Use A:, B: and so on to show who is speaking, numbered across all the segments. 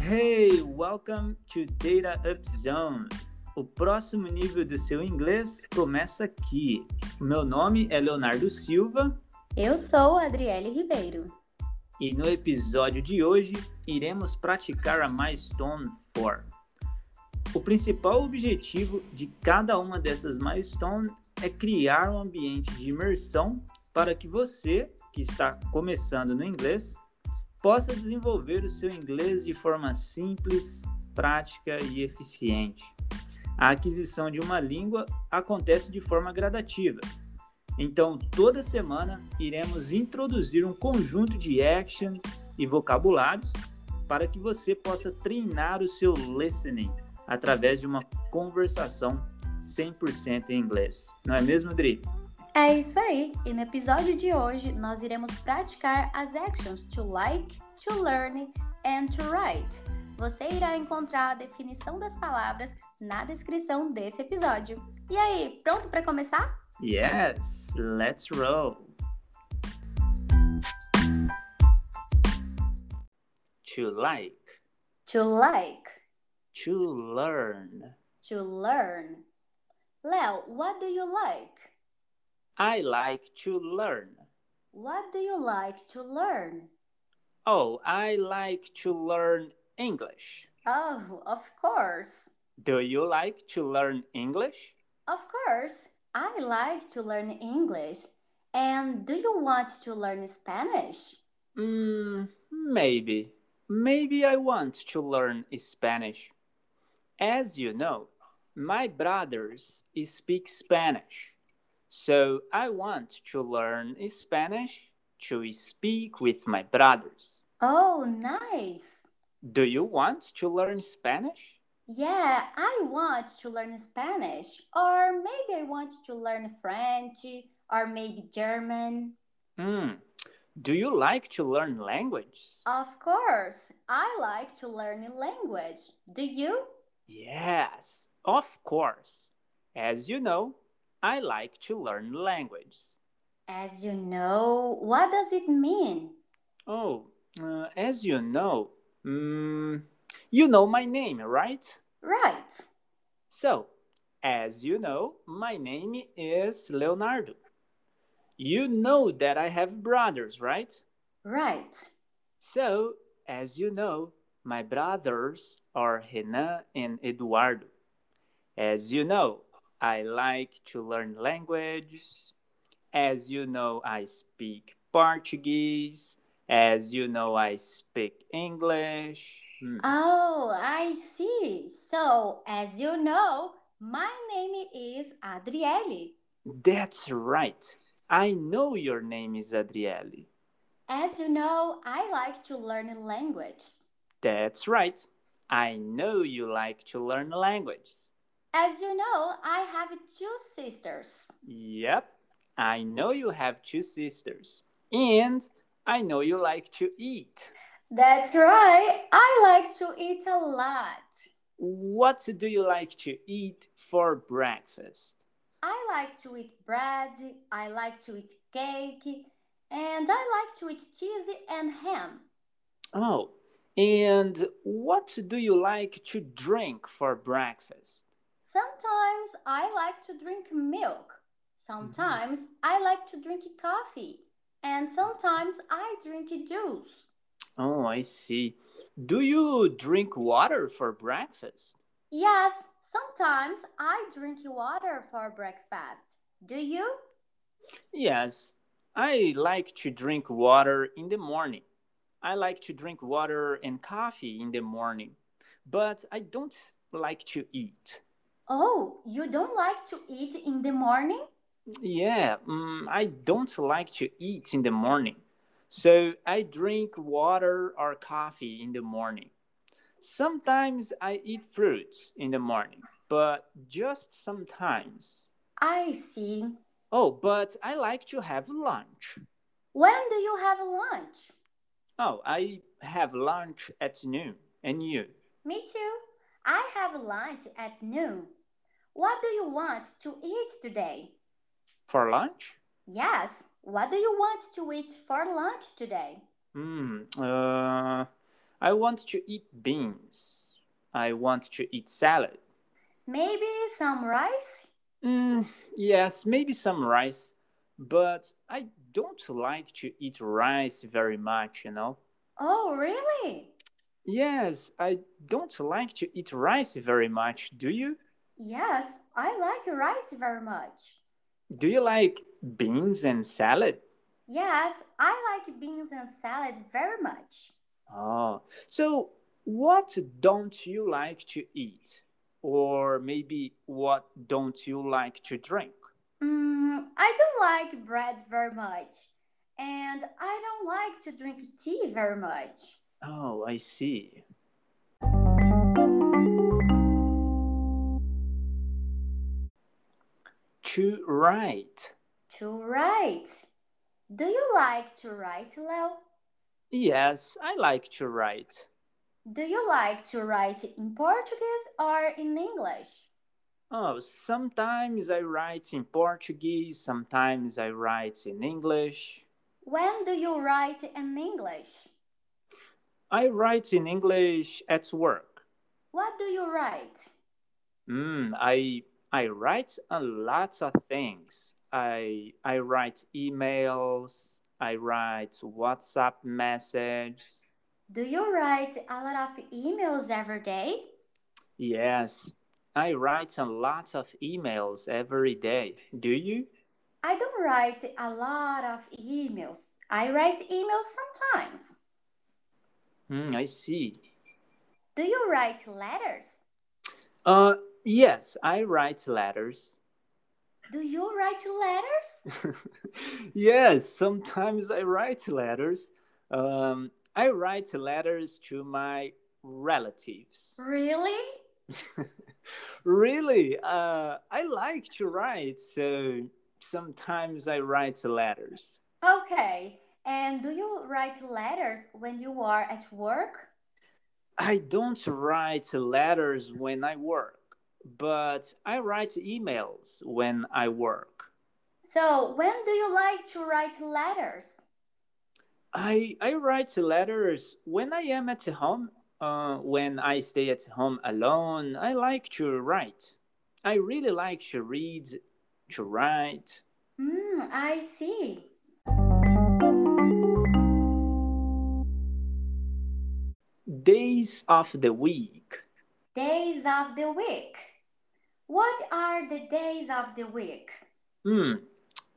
A: Hey, welcome to Data Up Zone. O próximo nível do seu inglês começa aqui. Meu nome é Leonardo Silva
B: Eu sou a Adriele Ribeiro.
A: e no episódio de hoje iremos praticar a milestone form. O principal objetivo de cada uma dessas milestones é criar um ambiente de imersão para que você, que está começando no inglês, possa desenvolver o seu inglês de forma simples, prática e eficiente. A aquisição de uma língua acontece de forma gradativa. Então, toda semana iremos introduzir um conjunto de actions e vocabulários para que você possa treinar o seu listening através de uma conversação 100% em inglês. Não é mesmo, Dri?
B: É isso aí! E no episódio de hoje nós iremos praticar as actions to like, to learn and to write. Você irá encontrar a definição das palavras na descrição desse episódio. E aí, pronto para começar?
A: Yes, let's roll. To like,
B: To like,
A: to learn.
B: to learn. Léo, what do you like?
A: I like to learn.
B: What do you like to learn?
A: Oh, I like to learn English.
B: Oh, of course.
A: Do you like to learn English?
B: Of course, I like to learn English. And do you want to learn Spanish?
A: Hmm, maybe. Maybe I want to learn Spanish. As you know, my brothers speak Spanish. So I want to learn Spanish to speak with my brothers.
B: Oh, nice.
A: Do you want to learn Spanish?
B: Yeah, I want to learn Spanish. Or maybe I want to learn French or maybe German.
A: Hmm. Do you like to learn languages?
B: Of course, I like to learn a language. Do you?
A: Yes, of course. As you know, I like to learn languages.
B: As you know, what does it mean?
A: Oh, uh, as you know, mm, you know my name, right?
B: Right.
A: So, as you know, my name is Leonardo. You know that I have brothers, right?
B: Right.
A: So, as you know, my brothers are Renan and Eduardo. As you know, I like to learn languages. As you know, I speak Portuguese. As you know, I speak English. Hmm.
B: Oh, I see. So, as you know, my name is Adriele.
A: That's right. I know your name is Adriele.
B: As you know, I like to learn a language.
A: That's right. I know you like to learn languages.
B: As you know, I have two sisters.
A: Yep. I know you have two sisters. And I know you like to eat.
B: That's right. I like to eat a lot.
A: What do you like to eat for breakfast?
B: I like to eat bread, I like to eat cake, and I like to eat cheese and ham.
A: Oh, and what do you like to drink for breakfast?
B: Sometimes I like to drink milk. Sometimes I like to drink coffee. And sometimes I drink juice.
A: Oh, I see. Do you drink water for breakfast?
B: Yes, sometimes I drink water for breakfast. Do you?
A: Yes, I like to drink water in the morning. I like to drink water and coffee in the morning, but I don't like to eat.
B: Oh, you don't like to eat in the morning?
A: Yeah, mm, I don't like to eat in the morning. So I drink water or coffee in the morning. Sometimes I eat fruits in the morning, but just sometimes.
B: I see.
A: Oh, but I like to have lunch.
B: When do you have lunch?
A: Oh, I have lunch at noon. And you?
B: Me too. I have lunch at noon. What do you want to eat today?
A: For lunch?
B: Yes, what do you want to eat for lunch today?
A: Hmm. Uh, I want to eat beans. I want to eat salad.
B: Maybe some rice?
A: Mm, yes, maybe some rice, but I don't like to eat rice very much, you know.
B: Oh, really?
A: Yes, I don't like to eat rice very much, do you?
B: Yes, I like rice very much.
A: Do you like beans and salad?
B: Yes, I like beans and salad very much.
A: Oh, so what don't you like to eat? Or maybe what don't you like to drink?
B: Mm, I don't like bread very much, and I don't like to drink tea very much.
A: Oh, I see. To write.
B: To write. Do you like to write, Leo?
A: Yes, I like to write.
B: Do you like to write in Portuguese or in English?
A: Oh, sometimes I write in Portuguese, sometimes I write in English.
B: When do you write in English?
A: I write in English at work.
B: What do you write?
A: Mm, I I write a lot of things. I I write emails. I write WhatsApp messages.
B: Do you write a lot of emails every day?
A: Yes, I write a lot of emails every day. Do you?
B: I don't write a lot of emails. I write emails sometimes.
A: Hmm, I see.
B: Do you write letters?
A: Uh, yes, I write letters.
B: Do you write letters?
A: yes, sometimes I write letters. Um, I write letters to my relatives.
B: Really?
A: really, uh, I like to write, so sometimes I write letters.
B: Okay. And do you write letters when you are at work?
A: I don't write letters when I work, but I write emails when I work.
B: So, when do you like to write letters?
A: I I write letters when I am at home. Uh, when I stay at home alone, I like to write. I really like to read, to write.
B: Hmm, I see.
A: Days of the week.
B: Days of the week. What are the days of the week?
A: Hmm.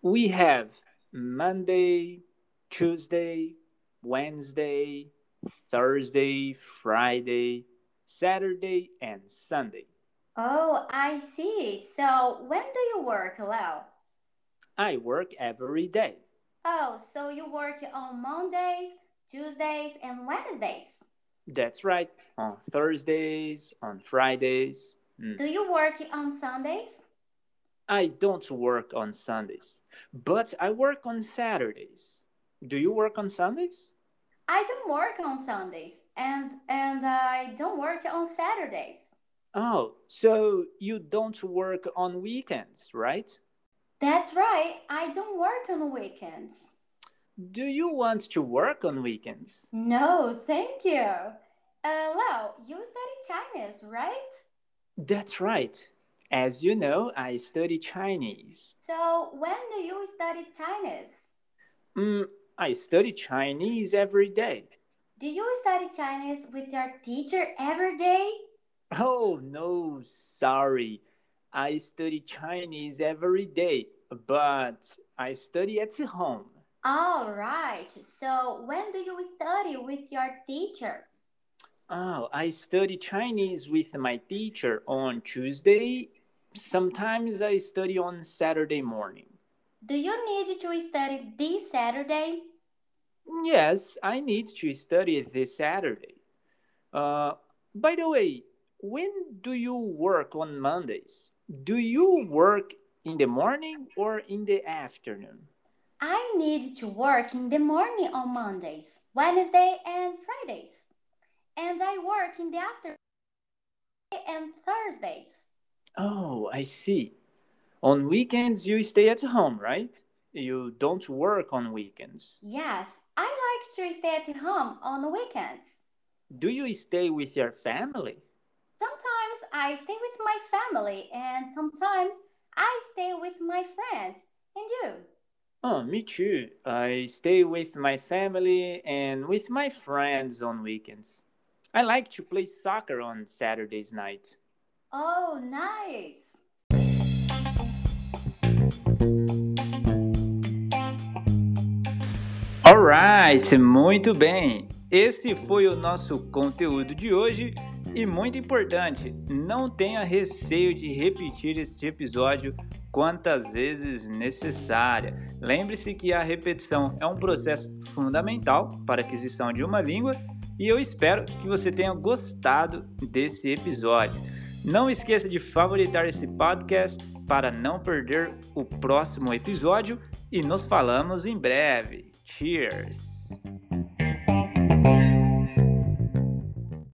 A: We have Monday, Tuesday, Wednesday, Thursday, Friday, Saturday, and Sunday.
B: Oh, I see. So, when do you work, Leo?
A: I work every day.
B: Oh, so you work on Mondays, Tuesdays, and Wednesdays.
A: That's right. On Thursdays, on Fridays. Hmm.
B: Do you work on Sundays?
A: I don't work on Sundays, but I work on Saturdays. Do you work on Sundays?
B: I don't work on Sundays and and I don't work on Saturdays.
A: Oh, so you don't work on weekends, right?
B: That's right. I don't work on weekends.
A: Do you want to work on weekends?
B: No, thank you. Uh, Lau, you study Chinese, right?
A: That's right. As you know, I study Chinese.
B: So when do you study Chinese?
A: Mm, I study Chinese every day.
B: Do you study Chinese with your teacher every day?
A: Oh, no, sorry. I study Chinese every day, but I study at home.
B: All right. So when do you study with your teacher?
A: Oh, I study Chinese with my teacher on Tuesday. Sometimes I study on Saturday morning.
B: Do you need to study this Saturday?
A: Yes, I need to study this Saturday. Uh, by the way, when do you work on Mondays? Do you work in the morning or in the afternoon?
B: I need to work in the morning on Mondays, Wednesday, and Fridays. And I work in the afternoon and Thursdays.
A: Oh, I see. On weekends, you stay at home, right? You don't work on weekends.
B: Yes, I like to stay at home on weekends.
A: Do you stay with your family?
B: Sometimes I stay with my family and sometimes I stay with my friends. And you?
A: Oh, me too. I stay with my family and with my friends on weekends. I like to play soccer on Saturdays night.
B: Oh, nice!
A: Alright, muito bem. Esse foi o nosso conteúdo de hoje e muito importante, não tenha receio de repetir este episódio quantas vezes necessária. Lembre-se que a repetição é um processo fundamental para a aquisição de uma língua e eu espero que você tenha gostado desse episódio. Não esqueça de favoritar esse podcast para não perder o próximo episódio e nos falamos em breve. Cheers!